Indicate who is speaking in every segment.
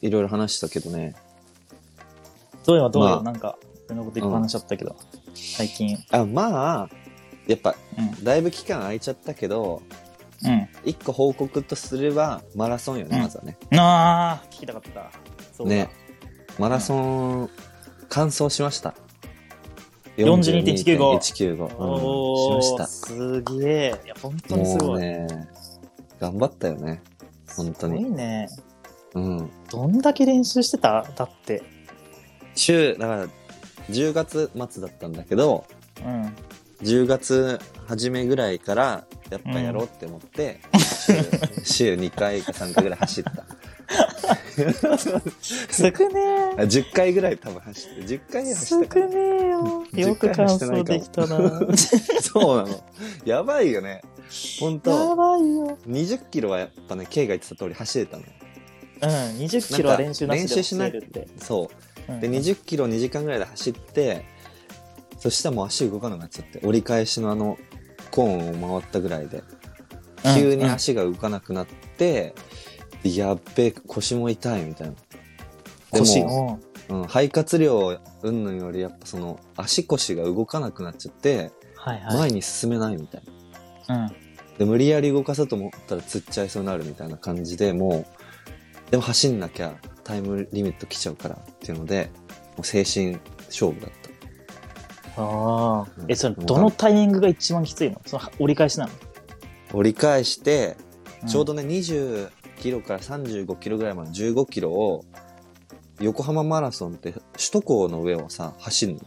Speaker 1: いろいろ話したけどね。
Speaker 2: どうよ、どうよ、
Speaker 1: まあ
Speaker 2: なんか、そのこといっぱい話しちゃったけど、最近。
Speaker 1: あ、まあ、やっぱ、
Speaker 2: う
Speaker 1: だいぶ期間空いちゃったけど、
Speaker 2: ん。
Speaker 1: 一個報告とすれば、マラソンよね、
Speaker 2: うん
Speaker 1: まずはね。
Speaker 2: うん。ああ、聞きたかった。そうだ。
Speaker 1: ね。マラソン、完走しました。
Speaker 2: 42.195
Speaker 1: 42.195う
Speaker 2: お
Speaker 1: ん、
Speaker 2: ー
Speaker 1: しまし
Speaker 2: すげえ。いや、本
Speaker 1: た。
Speaker 2: 当にす
Speaker 1: も
Speaker 2: ご
Speaker 1: う
Speaker 2: い。
Speaker 1: ね、頑張ったよね。本当に
Speaker 2: すごいね。
Speaker 1: うん。
Speaker 2: どんだけ練習してただって。
Speaker 1: 週、だから、10月末だったんだけど、
Speaker 2: うん。
Speaker 1: 10月初めぐらいから、やっぱやろうって思 って、週週2回か3回ぐらい走った。
Speaker 2: すくね
Speaker 1: あ10回ぐらい多分走って、10回
Speaker 2: え。
Speaker 1: 走
Speaker 2: す
Speaker 1: ったか
Speaker 2: く
Speaker 1: な
Speaker 2: ね えよ。よく完走できたな。
Speaker 1: そうなの。やばいよね。本
Speaker 2: や
Speaker 1: 当
Speaker 2: ばいよ。
Speaker 1: 20キロはやっぱね、K が言ってた通り走れたのよ。
Speaker 2: うん、20キロは練習なしで走れるって。
Speaker 1: そうう。
Speaker 2: ん
Speaker 1: で、20キロ2時間ぐらいで走って、そしたらもう足動かなくなっちゃって、折り返しのあの、コーンを回ったぐらいで、急に足が動かなくなって、でやっべえ、腰も痛いみたいな。で
Speaker 2: 腰
Speaker 1: も、
Speaker 2: を。
Speaker 1: うん、肺活量うんぬんよりやっぱその、足腰が動かなくなっちゃって、
Speaker 2: はいはい。
Speaker 1: 前に進めないみたいな。
Speaker 2: うん。
Speaker 1: で無理やり動かそうと思ったらつっちゃいそうになるみたいな感じでもうでも走んなきゃタイムリミット来ちゃうからっていうのでもう精神勝負だった
Speaker 2: ああ
Speaker 1: う。ん
Speaker 2: え、それ、どのタイミングが一番きついのその折り返しなの、
Speaker 1: 折り返して
Speaker 2: ん
Speaker 1: ちょうどね、20キロから35キロぐらいまで15キロを横浜マラソンって首都高の上をさ走るの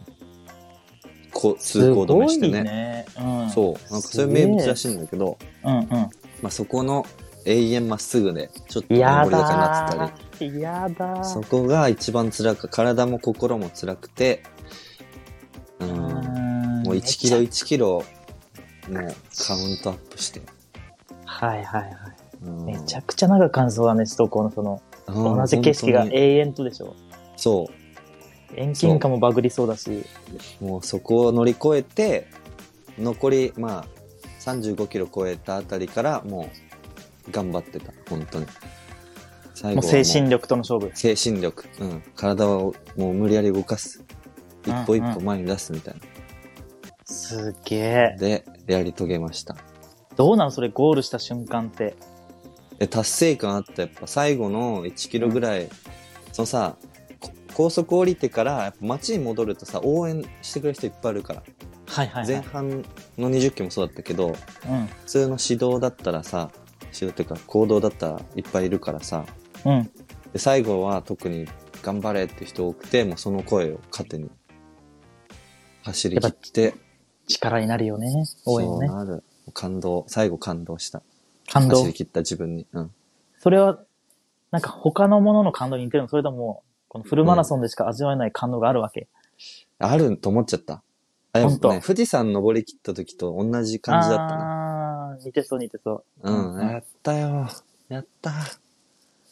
Speaker 1: こう通行止めしてね
Speaker 2: すごいね。うん。う。
Speaker 1: そうなんかそういう名物らしいんだけど、
Speaker 2: うんうん。
Speaker 1: まあ、そこの永遠まっすぐでちょっと
Speaker 2: や
Speaker 1: 上り坂になってたり
Speaker 2: だー。やだー。
Speaker 1: そこが一番辛く、体も心も辛くて、うん、もう1キロ
Speaker 2: めっち
Speaker 1: 1キロ、もうカウントアップして。
Speaker 2: ゃはいはいはい。
Speaker 1: うん
Speaker 2: めちゃくちゃ長く感想だね、首都高のそ
Speaker 1: う
Speaker 2: の、
Speaker 1: ん
Speaker 2: 同じ景色が
Speaker 1: 本当に
Speaker 2: 永遠とでしょ。
Speaker 1: そ
Speaker 2: 遠近感もバグりそうだし。
Speaker 1: う。もうそこを乗り越えて、残り、まあ、35キロ超えたあたりから、もう、頑張ってた、本当に。最
Speaker 2: も
Speaker 1: はも
Speaker 2: う精
Speaker 1: う
Speaker 2: 神力との勝負。
Speaker 1: 精神力。うん。体をもう無理やり動かす。一歩一
Speaker 2: うん
Speaker 1: 歩
Speaker 2: うん
Speaker 1: 前に出すみたいな。
Speaker 2: すげえ。
Speaker 1: で、やり遂げました。
Speaker 2: どうなのそれ、ゴールした瞬間って。
Speaker 1: で達成感あったやっぱ最後の1キロぐらい、そのさこ高速降りてからやっぱ街に戻るとさ応援してくれる人いっぱいいるから、
Speaker 2: はいはい、はい。
Speaker 1: 前半の20キロもそうだったけど普通の指導だったらさ指導っていうか行動だったらいっぱいいるからさ
Speaker 2: うん。うん。
Speaker 1: で最後は特に「頑張れ」って人多くてもうその声を糧に走り切って
Speaker 2: 力になるよね。応援ね
Speaker 1: そ。うなる感動最後感動した
Speaker 2: 感動
Speaker 1: 走り。切った自分に、うん、
Speaker 2: それは、なんか他のものの感動に似てるのそれとも、このフルマラソンでしか味わえない感動があるわけ。
Speaker 1: あると思っちゃった。あ、でも
Speaker 2: ほんと
Speaker 1: ね、富士山登り切った時と同じ感じだったな。
Speaker 2: あー似てそう似てそうー
Speaker 1: ん、
Speaker 2: うん
Speaker 1: やったよ。やった。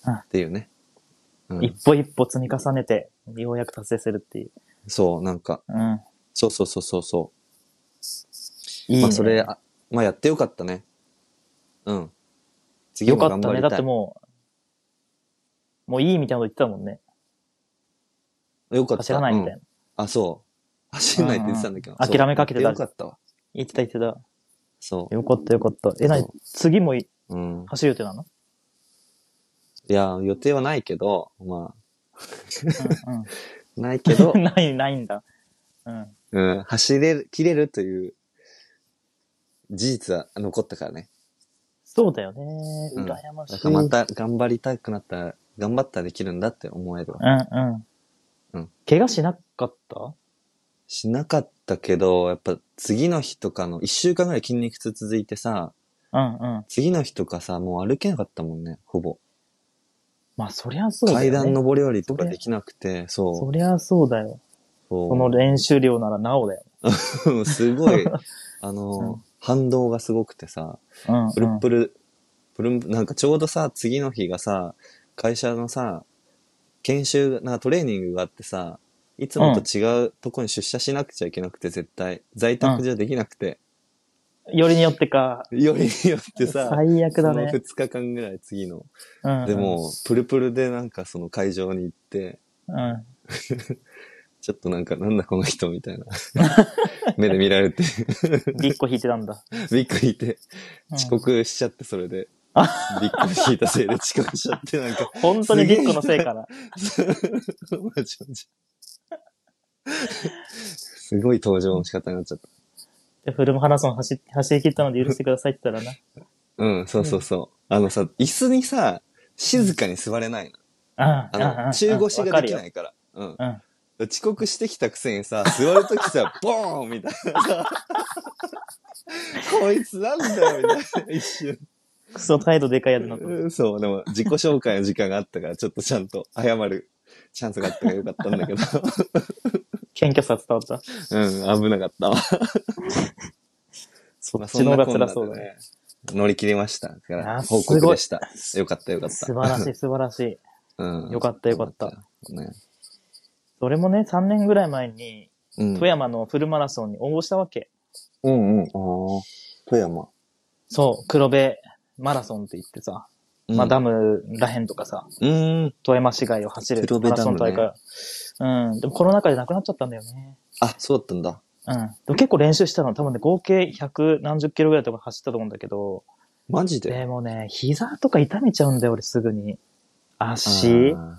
Speaker 2: うん
Speaker 1: っていうね。う
Speaker 2: う。
Speaker 1: ん、
Speaker 2: 一歩一歩積み重ねて、ようやく達成するっていう。
Speaker 1: そう、なんか、
Speaker 2: うん。
Speaker 1: そうそうそうそうそ。
Speaker 2: いうい、ね。
Speaker 1: まあ、それ、あまあ、やってよかったね。うん。次
Speaker 2: よ
Speaker 1: も
Speaker 2: か
Speaker 1: 頑
Speaker 2: った
Speaker 1: 張り
Speaker 2: ね。
Speaker 1: た
Speaker 2: だ
Speaker 1: い。
Speaker 2: ってもう、もういいみたいなこと言ってたもんね。
Speaker 1: よかった。
Speaker 2: 走らないみたいな。
Speaker 1: うんあ、そう。走んないって言ってたんだけど。
Speaker 2: うんうん
Speaker 1: そう
Speaker 2: 諦めかけてた
Speaker 1: やってよかったわ。
Speaker 2: 言ってた言ってた。
Speaker 1: そ
Speaker 2: よかったよかった。え、なに
Speaker 1: そ、。
Speaker 2: 次もいう
Speaker 1: うん。
Speaker 2: 走る予 定なの
Speaker 1: いや、予定はないけど、ま
Speaker 2: うん
Speaker 1: あ、ないけど
Speaker 2: う、ん。ない、ないんだ。うん。
Speaker 1: うん、走れる、切れるという事実は残ったからね。
Speaker 2: そうだよね。
Speaker 1: うん
Speaker 2: 羨ましい
Speaker 1: だ。からまた頑張りたくなったら、頑張ったらできるんだって思えるわ。
Speaker 2: うんう
Speaker 1: うんん。
Speaker 2: 怪我しなかった
Speaker 1: しなかったけど、やっぱ次の日とかの、一週間ぐらい筋肉痛続いてさ、
Speaker 2: うんうん。
Speaker 1: 次の日とかさ、もう歩けなかったもんね、ほぼ。
Speaker 2: まあ、そりゃそうだ
Speaker 1: 階
Speaker 2: よね。
Speaker 1: 段登り降りと
Speaker 2: そ
Speaker 1: か
Speaker 2: れ
Speaker 1: できなくて、そう。
Speaker 2: そりゃそうだよ。
Speaker 1: そう
Speaker 2: この練習量ならなおだよ。
Speaker 1: うん すごい、あ の、
Speaker 2: うん
Speaker 1: 反動がすごくてさ、
Speaker 2: うん、うん。
Speaker 1: プルンプル、プルンプル、なんかちょうどさ、次の日がさ、会社のさ、研修、なんかトレーニングがあってさ、いつもと違うとこに出社しなくちゃいけなくて、絶対。在宅じゃできなくて。
Speaker 2: よりによってか。
Speaker 1: よりによってさ、
Speaker 2: 最悪だ
Speaker 1: その
Speaker 2: ね。
Speaker 1: 2日間ぐらい次の。
Speaker 2: うん。
Speaker 1: で、も、プルプルでなんかその会場に行って、
Speaker 2: うん。
Speaker 1: ちょっとなんかなんだこの人み たいな。目で見られて、
Speaker 2: ビッコ引いてたんだ。
Speaker 1: ビッグ引いて、
Speaker 2: うん
Speaker 1: 遅刻しちゃってそれで。ビッグ引いたせいで遅刻しちゃってなんか、
Speaker 2: 本当にビッコのせいから。
Speaker 1: マジマジ。すごい登場の仕方になっちゃった。
Speaker 2: でフルマラソン走り走り切ったので許してくださいって言ったらな。
Speaker 1: うん、そうそうそう。あのさ、椅子にさ、静かに座れないの。
Speaker 2: ああ、あ
Speaker 1: あ
Speaker 2: あ
Speaker 1: の、中腰ができ
Speaker 2: わかる
Speaker 1: な
Speaker 2: よ
Speaker 1: いから。うん。
Speaker 2: うん。
Speaker 1: 遅刻してきたくせにさ、座るときさ、ボーンみたいなさ、こいつなんだよ、みたいな、一瞬。
Speaker 2: クソ態度でかいやつなと。
Speaker 1: そう、でも自己紹介の時間があったから、ちょっとちゃんと謝るチャンスがあったからよかったんだけど、
Speaker 2: 謙虚さ伝わった。
Speaker 1: うん、危なかったわ。
Speaker 2: そ
Speaker 1: まあ
Speaker 2: っちの方が
Speaker 1: んな
Speaker 2: 辛
Speaker 1: こ
Speaker 2: そ
Speaker 1: ん
Speaker 2: う
Speaker 1: な
Speaker 2: だ
Speaker 1: で
Speaker 2: ね。
Speaker 1: ね。乗り切りました。だか
Speaker 2: あ
Speaker 1: ら
Speaker 2: ー
Speaker 1: 報告でした。よかったよかった。
Speaker 2: 素晴らしい、素晴らしい。
Speaker 1: うん、
Speaker 2: よかったよかった
Speaker 1: ね。
Speaker 2: それもね、3年ぐらい前に、
Speaker 1: うん
Speaker 2: 富山のフルマラソンに応募したわけ。
Speaker 1: うんうん。あー富山。
Speaker 2: そう、黒部マラソンって言ってさ、
Speaker 1: うん
Speaker 2: まあダムらへんとかさ、
Speaker 1: うん。
Speaker 2: 富山市街を走る
Speaker 1: 黒部
Speaker 2: マ
Speaker 1: ダム
Speaker 2: ラ
Speaker 1: ね
Speaker 2: ソン大会。うん、でもコロナ禍でなくなっちゃったんだよね。
Speaker 1: あ、そうだったんだ。
Speaker 2: うん。でも結構練習したの、多分ね、合計100何十キロぐらいとか走ったと思うんだけど、
Speaker 1: マジで
Speaker 2: でもね、膝とか痛めちゃうんだよ、俺すぐに。足
Speaker 1: あ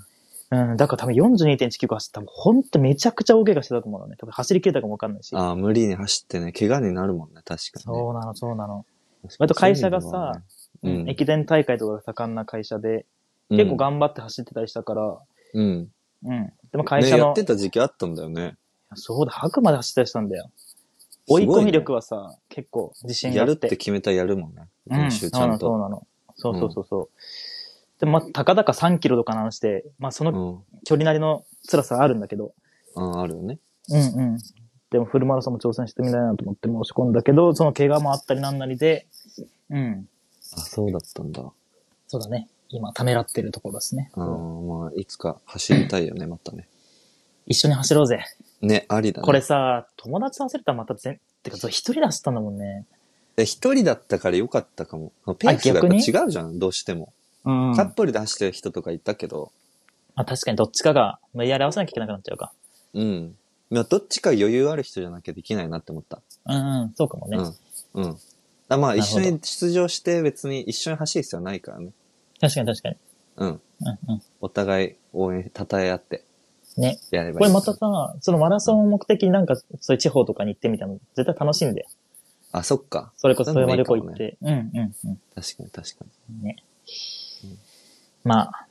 Speaker 2: うん、だから多分42.195走った。多分ほんとめちゃくちゃ大怪我してたと思うのね。多分走り切れたかもわかんないし
Speaker 1: ー。あー、無理に走ってね、怪我になるもんね、確かに。
Speaker 2: そうなの、そうな
Speaker 1: 確
Speaker 2: の。
Speaker 1: かに
Speaker 2: 割と会社がさ、
Speaker 1: そういう意味ではね、
Speaker 2: 駅伝大会とかが盛んな会社で、
Speaker 1: うん、
Speaker 2: 結構頑張って走ってたりしたから、
Speaker 1: うん、うん。
Speaker 2: うん。でも会
Speaker 1: 会
Speaker 2: 社
Speaker 1: 社や
Speaker 2: の、
Speaker 1: ってた時期あったんだよね。
Speaker 2: そうだ、白まで走ったりしたんだよ。
Speaker 1: ご
Speaker 2: 追
Speaker 1: い
Speaker 2: い
Speaker 1: ね
Speaker 2: 込み力はさ、結構自信があ
Speaker 1: や
Speaker 2: って。
Speaker 1: るって決めたらやるもんね。
Speaker 2: うん、
Speaker 1: 練習ち
Speaker 2: そう
Speaker 1: ゃ
Speaker 2: なんの、そう
Speaker 1: と。
Speaker 2: なの。そうそうそうそう。で、まあ、たかだか3キロとかの話で、まあ、そうの
Speaker 1: ん。
Speaker 2: 距離なりの辛さはあるんだけど、
Speaker 1: ああるよね。
Speaker 2: うんうん。でもフルマラソンも挑戦してみたいなと思って申し込んだけど、その怪我もあったりなんなりで、うん。
Speaker 1: あ、そうだったんだ。
Speaker 2: そうだね。今、ためらってるところですね。
Speaker 1: あーまあ、いつか走りたいよね、またね。
Speaker 2: 一緒に走ろうぜ。
Speaker 1: ね、ありだね。
Speaker 2: これ。さ、友達と走れたらまた全、てか、そう一人で走ったんだもんね。
Speaker 1: え、一人だったからよかったかも。ペースがやっぱ違うじゃん、どうしても。
Speaker 2: うん
Speaker 1: カップルで走ってる人とかいたけど、
Speaker 2: あ、確かにどっちかが無理やり合わせなきゃいけなくなっちゃうか。
Speaker 1: うん。まあ、どっちか余裕ある人じゃなきゃできないなって思った。
Speaker 2: うんうん、そうかもね。
Speaker 1: うん。うん。だまあ、
Speaker 2: る
Speaker 1: 一
Speaker 2: ほ
Speaker 1: 緒
Speaker 2: ど
Speaker 1: に出場して別に一緒に走る必要はないからね。
Speaker 2: 確かに確かに。
Speaker 1: うん。
Speaker 2: うんうん。
Speaker 1: お互い応援、称え合って
Speaker 2: ね。
Speaker 1: やればいい。
Speaker 2: これまたさ、そのマラソンを目的になんか、そういう地方とかに行ってみたの、絶対楽しいんだよ。
Speaker 1: あ、そっか。
Speaker 2: それこそ
Speaker 1: そういう
Speaker 2: 富
Speaker 1: のも
Speaker 2: 山
Speaker 1: いい
Speaker 2: 旅
Speaker 1: かも
Speaker 2: 行行
Speaker 1: ね
Speaker 2: って。うんうんうん。
Speaker 1: 確かに確かに。
Speaker 2: ね
Speaker 1: うん。
Speaker 2: まあ、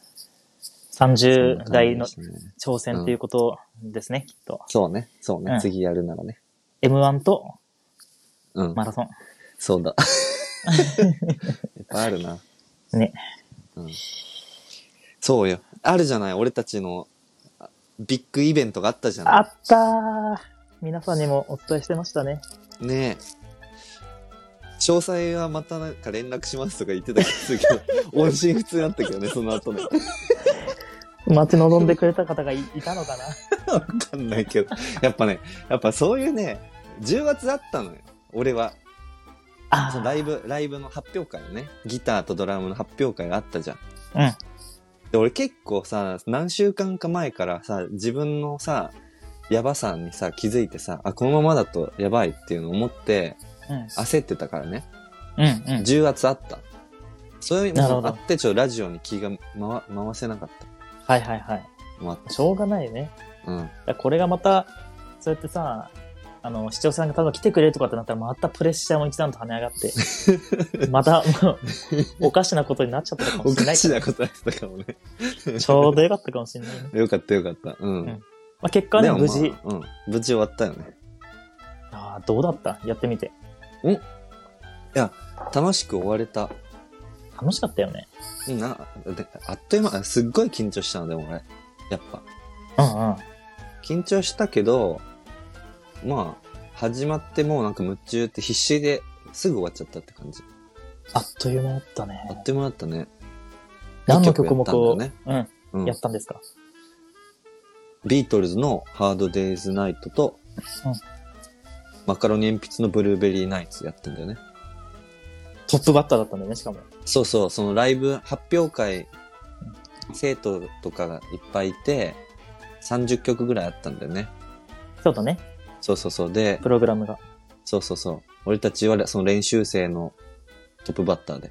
Speaker 1: そんな
Speaker 2: 30
Speaker 1: 感じ
Speaker 2: 代
Speaker 1: で
Speaker 2: の
Speaker 1: すね
Speaker 2: 挑戦ということですね、きっと。
Speaker 1: そうね。そうね。
Speaker 2: うん
Speaker 1: 次やるならね。
Speaker 2: M1 と
Speaker 1: うん。
Speaker 2: マラソン。
Speaker 1: そうだ。いっぱいあ るな。
Speaker 2: ね。
Speaker 1: うん。そうよ。あるじゃない。俺たちのあビッグイベントがあったじゃ
Speaker 2: あ
Speaker 1: な
Speaker 2: ったー皆さんにもお伝えしてましたね。
Speaker 1: い。ねえ。詳細はまたなんか連絡しますとか言ってた気がする けど、音信不通だったけどね、その後ね。
Speaker 2: 待ち望んでくれた方がいいたのかな
Speaker 1: わかんないけど。やっぱね、やっぱそういうね、10月だったのよ。俺は。その
Speaker 2: あ
Speaker 1: ライブ、ライブの発表会のね、ギターとドラムの発表会があったじゃん。
Speaker 2: うん
Speaker 1: で、俺結構さ、何週間か前からさ、自分のさ、やばさにさ、気づいてさ、あ、このままだとやばいっていうのを思って、
Speaker 2: あ。うん。
Speaker 1: 焦ってたからね、
Speaker 2: うんうん。
Speaker 1: 10月あった。そういう
Speaker 2: なる
Speaker 1: の
Speaker 2: ほ
Speaker 1: も
Speaker 2: ど
Speaker 1: あって、ちょっとラジオに気が回回せなかった。
Speaker 2: はいはいはい。
Speaker 1: ま
Speaker 2: しょうがないよね。
Speaker 1: うん。
Speaker 2: だからこれがまた、そうやってさ、あの、視聴者さんが多分来てくれるとかってなったら、またプレッシャーも一段と跳ね上が って、また、もうおかしなことになっちゃったかも
Speaker 1: お
Speaker 2: しれな
Speaker 1: か
Speaker 2: い
Speaker 1: し
Speaker 2: か
Speaker 1: なことやってたかもね。
Speaker 2: ら、ちょうどよかったかもしれないね。
Speaker 1: よかったよかった。うん。
Speaker 2: うんまあ、結果は
Speaker 1: で
Speaker 2: ね、
Speaker 1: もまあ
Speaker 2: 無事。
Speaker 1: うん。無事終わったよね。
Speaker 2: ああ、どうだったやってみて。
Speaker 1: 楽しく終われた。
Speaker 2: 楽しかったよね。
Speaker 1: うんなであっという間すっごい緊張したのでも俺やっぱ
Speaker 2: うんうん。
Speaker 1: 緊張したけどまあ始まってもうなんか夢中って必死ですぐ終わっちゃったって感じ
Speaker 2: あっという間だったね
Speaker 1: あ。っという間だったね
Speaker 2: 何の曲もこう、
Speaker 1: いい曲やっ
Speaker 2: う
Speaker 1: うん
Speaker 2: ん、やったんですか。
Speaker 1: ビートルズの「ハードデイズナイトと、
Speaker 2: うん
Speaker 1: マカロニ鉛筆の「ブルーベリーナイツ」やってんだよね
Speaker 2: トップバッターだったんだよね、しかも。
Speaker 1: そうそう、そのライブ発表会、生徒とかがいっぱいいて、30曲ぐらいあったんだよね。
Speaker 2: ちょっとね、
Speaker 1: そうそうそう。で、
Speaker 2: プログラムが。
Speaker 1: そうそうそう。俺たちはその練習生のトップバッターで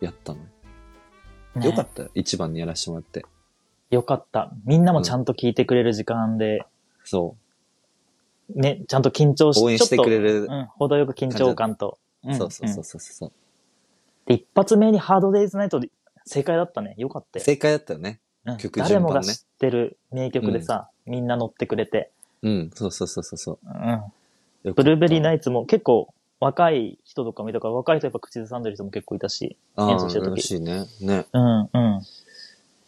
Speaker 1: やったのよ。
Speaker 2: ね
Speaker 1: よかったよ。一番にやらせてもらって。
Speaker 2: よかった。みんなもちゃんと聞いてくれる時間で、
Speaker 1: そ
Speaker 2: ね、ちゃんと緊張
Speaker 1: う。応援してくれ
Speaker 2: る。
Speaker 1: る
Speaker 2: う。ん、程よく緊張感と。ん
Speaker 1: そうそうそう
Speaker 2: う
Speaker 1: そうそう。
Speaker 2: んで一発目にハードデイズナイトで正解だったね。よかったよ。
Speaker 1: 正解だったよね。
Speaker 2: うん
Speaker 1: 曲順番ね
Speaker 2: 誰もが知ってる名曲でさ、みんな乗ってくれて。
Speaker 1: うん、そうそうそうそうそう。
Speaker 2: うん。
Speaker 1: よか
Speaker 2: ブ
Speaker 1: った
Speaker 2: ルーベリーナイツも結構若い人とか見たから、若い人やっぱ口ずさんでる人も結構いたし。
Speaker 1: あ
Speaker 2: 演奏して
Speaker 1: あ、
Speaker 2: る時
Speaker 1: 楽しいね。ね。
Speaker 2: うん、うん。
Speaker 1: い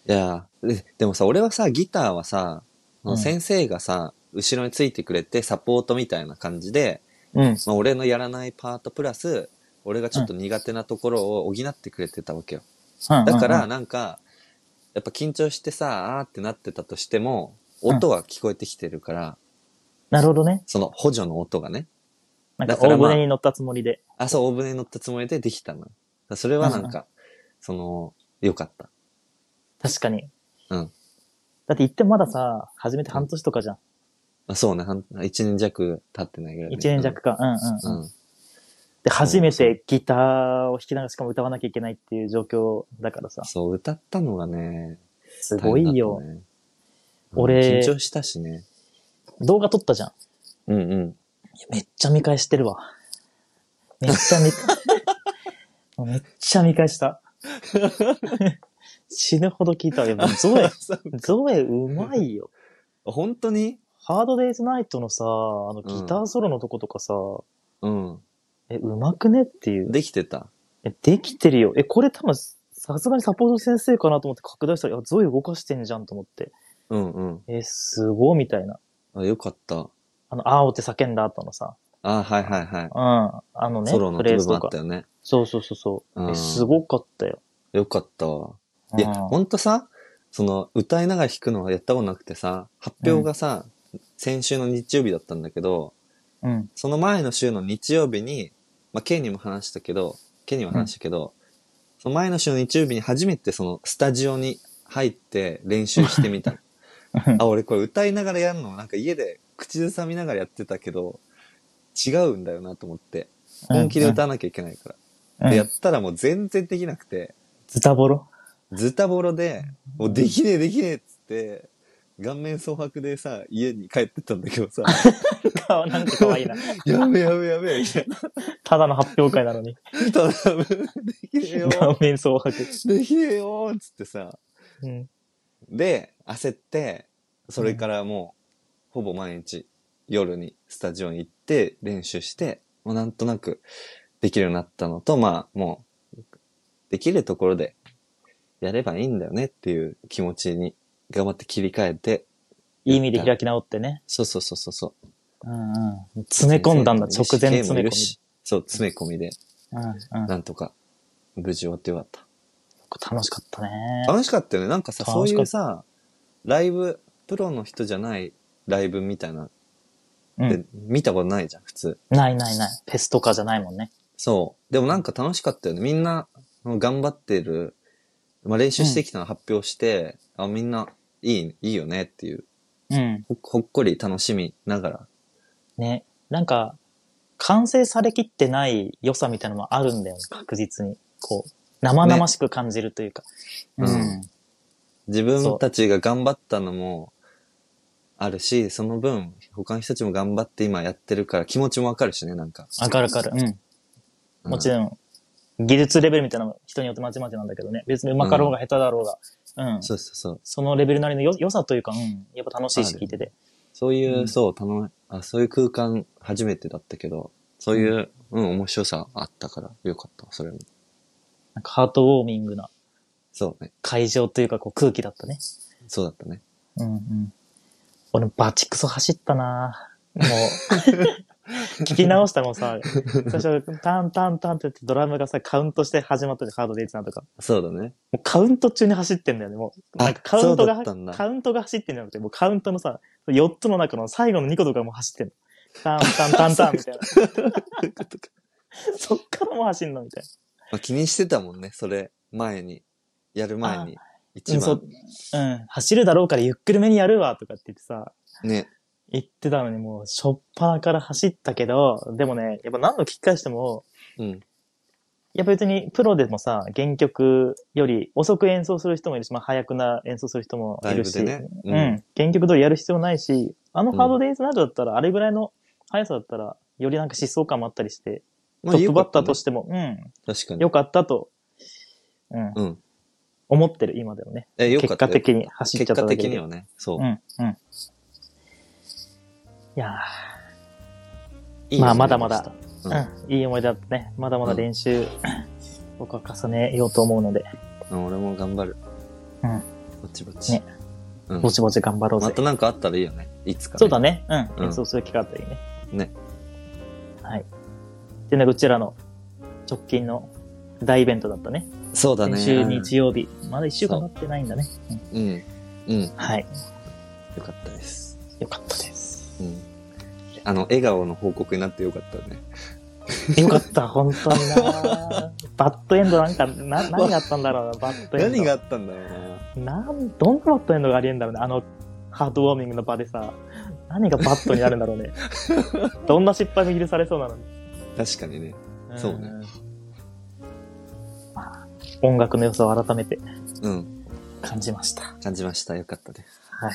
Speaker 1: やーで、でもさ、俺はさ、ギターはさ、
Speaker 2: うん
Speaker 1: 先生がさ、後ろについてくれてサポートみたいな感じで、
Speaker 2: うん。
Speaker 1: まあ、俺のやらないパートプラス、俺がちょっと苦手なところを補ってくれてたわけよ。だから、、なんか、やっぱ緊張してさ、あーってなってたとしても、
Speaker 2: うん
Speaker 1: 音は聞こえてきてるから、
Speaker 2: なるほどね。
Speaker 1: その補助の音がね。
Speaker 2: なんか
Speaker 1: だから
Speaker 2: 大
Speaker 1: まあ
Speaker 2: 船に乗ったつもりで。
Speaker 1: あ、そう、大船に乗ったつもりでできたのよ。だからそれはなんか、その、良かった。
Speaker 2: 確かに。
Speaker 1: うん。
Speaker 2: だって言ってもまださ、始めて半年とかじゃん。
Speaker 1: あそうね、半一年弱経ってないぐらい、ね。
Speaker 2: 一年弱か。うんうんうん。
Speaker 1: うん。
Speaker 2: で、初めてギターを弾きながらしかも歌わなきゃいけないっていう状況だからさ。
Speaker 1: そう、歌ったのがね、
Speaker 2: すごい
Speaker 1: 大
Speaker 2: よ。
Speaker 1: 変だったねうん
Speaker 2: 俺
Speaker 1: 緊張したしね。
Speaker 2: 動画撮ったじゃん。
Speaker 1: うんうん。
Speaker 2: めっちゃ見返してるわ。めっちゃ見、 もうめっちゃ見返した。死ぬほど聞いたわ。やっぱゾエ、ゾエうまいよ。
Speaker 1: 本当に
Speaker 2: ハードデイズナイトのさ、あのギターソロのとことかさ、
Speaker 1: うん。
Speaker 2: え、うまくねっていう。
Speaker 1: できてた。
Speaker 2: え、できてるよ。え、これ多分、さすがにサポート先生かなと思って拡大したら、いや、ゾイ動かしてんじゃんと思って。
Speaker 1: うんうん。
Speaker 2: え、すごいみたいな。
Speaker 1: あ、よかった。
Speaker 2: あの、あおって叫んだ後のさ。
Speaker 1: あ、はいはいはい。
Speaker 2: うん。あのね、
Speaker 1: ソロの
Speaker 2: フレー
Speaker 1: 部
Speaker 2: ズ
Speaker 1: 分
Speaker 2: と
Speaker 1: あった。
Speaker 2: か
Speaker 1: よね。
Speaker 2: そうそうそうそう。
Speaker 1: う
Speaker 2: え、
Speaker 1: ん
Speaker 2: すごかったよ。
Speaker 1: よかったわ。いや、
Speaker 2: うん
Speaker 1: ほんとさ、その、歌いながら弾くのはやったことなくてさ、発表がさ、先週の日曜日だったんだけど、
Speaker 2: うん。
Speaker 1: その前の週の日曜日に、まあ、ケイにも話したけど、ケイにも話したけど、その前の週の日曜日に初めてそのスタジオに入って練習してみた の。あ、俺これ歌いながらやるのなんか家で口ずさみながらやってたけど、違うんだよなと思って。本気で歌わなきゃいけないから。
Speaker 2: うん
Speaker 1: で、
Speaker 2: う
Speaker 1: や
Speaker 2: ん
Speaker 1: ったらもう全然できなくて、
Speaker 2: ズタボロ
Speaker 1: ズタボロで、もうできねえできねえっつって、顔面蒼白でさ、家に帰ってったんだけど さ、
Speaker 2: 顔なんか可愛いな。
Speaker 1: やべえやべえやべえ、みたいな。
Speaker 2: ただの発表会なのに。
Speaker 1: ただ、できねえよ。
Speaker 2: 顔面蒼白。
Speaker 1: できねえよーっつってさ。
Speaker 2: うん。
Speaker 1: で、焦って、それからもう、ほぼ毎日、夜にスタジオに行って練習して、もうなんとなくできるようになったのと、まあ、もう、できるところでやればいいんだよねっていう気持ちに頑張って切り替えて、
Speaker 2: いい意味で開き直ってね。
Speaker 1: そうそうそうそうそう。
Speaker 2: うんうん。詰め込んだんだ、直
Speaker 1: 先生もい
Speaker 2: 前
Speaker 1: るし
Speaker 2: 詰め込み。
Speaker 1: そう、詰め込みで、
Speaker 2: うんうん。
Speaker 1: なんとか、無事終わってよかった。
Speaker 2: 楽しかったね。
Speaker 1: 楽しかったよね。なんかさ、そ
Speaker 2: 楽
Speaker 1: う
Speaker 2: し
Speaker 1: い
Speaker 2: か
Speaker 1: う
Speaker 2: った
Speaker 1: さ、ライブ、プロの人じゃないライブみたいな
Speaker 2: う
Speaker 1: って
Speaker 2: ん。
Speaker 1: 見たことないじゃん、普通。
Speaker 2: ないないない。フェスとかじゃないもんね。
Speaker 1: そう。でもなんか楽しかったよね。みんな、頑張ってる、まあ、練習してきたの発表して、あ、みんな、いい、いいよねっていう、
Speaker 2: うん。
Speaker 1: ほほっこり楽しみながら。
Speaker 2: ね。なんか、完成されきってない良さみたいなのもあるんだよね、確実に。こう、生々しく感じるというか。
Speaker 1: ねうん自分たちが頑張ったのも、あるし、その分、他の人たちも頑張って今やってるから気持ちもわかるしね、なんか。
Speaker 2: わかるわかる。うん。
Speaker 1: う
Speaker 2: もちろん、技術レベルみたいなのも人によってまちまちなんだけどね。別に上手かろうが下手だろうが。うん。
Speaker 1: そうそうそう。
Speaker 2: そのレベルなりのよ良さというか、うん。やっぱ楽しいし、
Speaker 1: ある
Speaker 2: 聞いてて。
Speaker 1: そういう、
Speaker 2: うん
Speaker 1: そう、たのあ、そういう空間初めてだったけど、そういう、うん、面白さあったから、よかった、それも。
Speaker 2: なんかハートウォーミングな
Speaker 1: そうね。
Speaker 2: 会場というか、こう空気だったね。
Speaker 1: そうだったね。
Speaker 2: うんうん。俺、バチクソ走ったな もう、聞き直したらもうさ、最初、タンタンタンってやってドラムがさ、カウントして始まったで、ハードデイツなんとか。
Speaker 1: そうだね。
Speaker 2: もうカウント中に走ってんだよね、もう。
Speaker 1: あ
Speaker 2: なんかカウント
Speaker 1: そうだ
Speaker 2: が
Speaker 1: ったんだ、
Speaker 2: カウントが走ってんじゃなくて、もうカウントのさ、4つの中の最後の2個とかも走ってんの。タンタンタンタンみたいな。そっからもう走んのみたい
Speaker 1: まあ、気にしてたもんね、それ、前に。やる前に。一
Speaker 2: うん、そ
Speaker 1: 番
Speaker 2: う、うん、走るだろうからゆっくりめにやるわ、とかって言ってさ、
Speaker 1: ね。
Speaker 2: 言ってたのにもう、しょっぱなから走ったけど、でもね、やっぱ何度聞き返しても、
Speaker 1: うん。
Speaker 2: やっぱ別にプロでもさ、原曲より遅く演奏する人もいるし、まあ早くな演奏する人も
Speaker 1: ラ
Speaker 2: い
Speaker 1: イ
Speaker 2: る
Speaker 1: ブ
Speaker 2: し、
Speaker 1: でね。
Speaker 2: うん、原曲通りやる必要ないし、あの
Speaker 1: うん
Speaker 2: ハードデイズなどだったら、あれぐらいの速さだったら、よりなんか疾走感もあったりして、
Speaker 1: まあ
Speaker 2: トップバッター
Speaker 1: よ
Speaker 2: と
Speaker 1: かっ
Speaker 2: しても、うん、
Speaker 1: たね確かに。
Speaker 2: 良かったと、うん、
Speaker 1: うん。
Speaker 2: 思ってる、今でもね。
Speaker 1: え、よか
Speaker 2: 結
Speaker 1: ったよ。
Speaker 2: 果的に走っち
Speaker 1: 結
Speaker 2: ゃった
Speaker 1: 果
Speaker 2: だけ
Speaker 1: 的
Speaker 2: で。
Speaker 1: にはね。そう。
Speaker 2: うん、うん。いやー
Speaker 1: いい
Speaker 2: まあ
Speaker 1: 思い
Speaker 2: まだまだ
Speaker 1: した
Speaker 2: うん、いい思い出だったね。まだまだ練習、僕は重ねようと思うので、
Speaker 1: うん。俺も頑張る。
Speaker 2: うん。
Speaker 1: ぼちぼち
Speaker 2: ね。
Speaker 1: うん
Speaker 2: ぼちぼち頑張ろうぜ。
Speaker 1: またなんかあったらいいよね。いつかね。
Speaker 2: そうだね。う。
Speaker 1: うんん
Speaker 2: 演奏する機会あったりね。
Speaker 1: ね。
Speaker 2: はい。でね、こちらの直近の大イベントだったね。
Speaker 1: そうだね。
Speaker 2: 先週日曜日。まだ一週間経ってないんだね。うん
Speaker 1: うん。うん。よ
Speaker 2: はい。
Speaker 1: かったです。
Speaker 2: よかったです。
Speaker 1: うん。あの、笑顔の報告になってよかったね。
Speaker 2: よかった、本当に なバッドエンドなんか、な、何があったんだろうな、バッドエンド。
Speaker 1: 何があったんだろうな。
Speaker 2: なん、どんなバッドエンドがありえんだろうね。あの、ハートウォーミングの場でさ、何がバッドになるん だろうね。どんな失敗も許されそうなのに。
Speaker 1: 確かにね。そうね
Speaker 2: ん。まあ音楽の良さを改めて
Speaker 1: うん。
Speaker 2: 感じました。
Speaker 1: 感じました。よかったです。
Speaker 2: はい。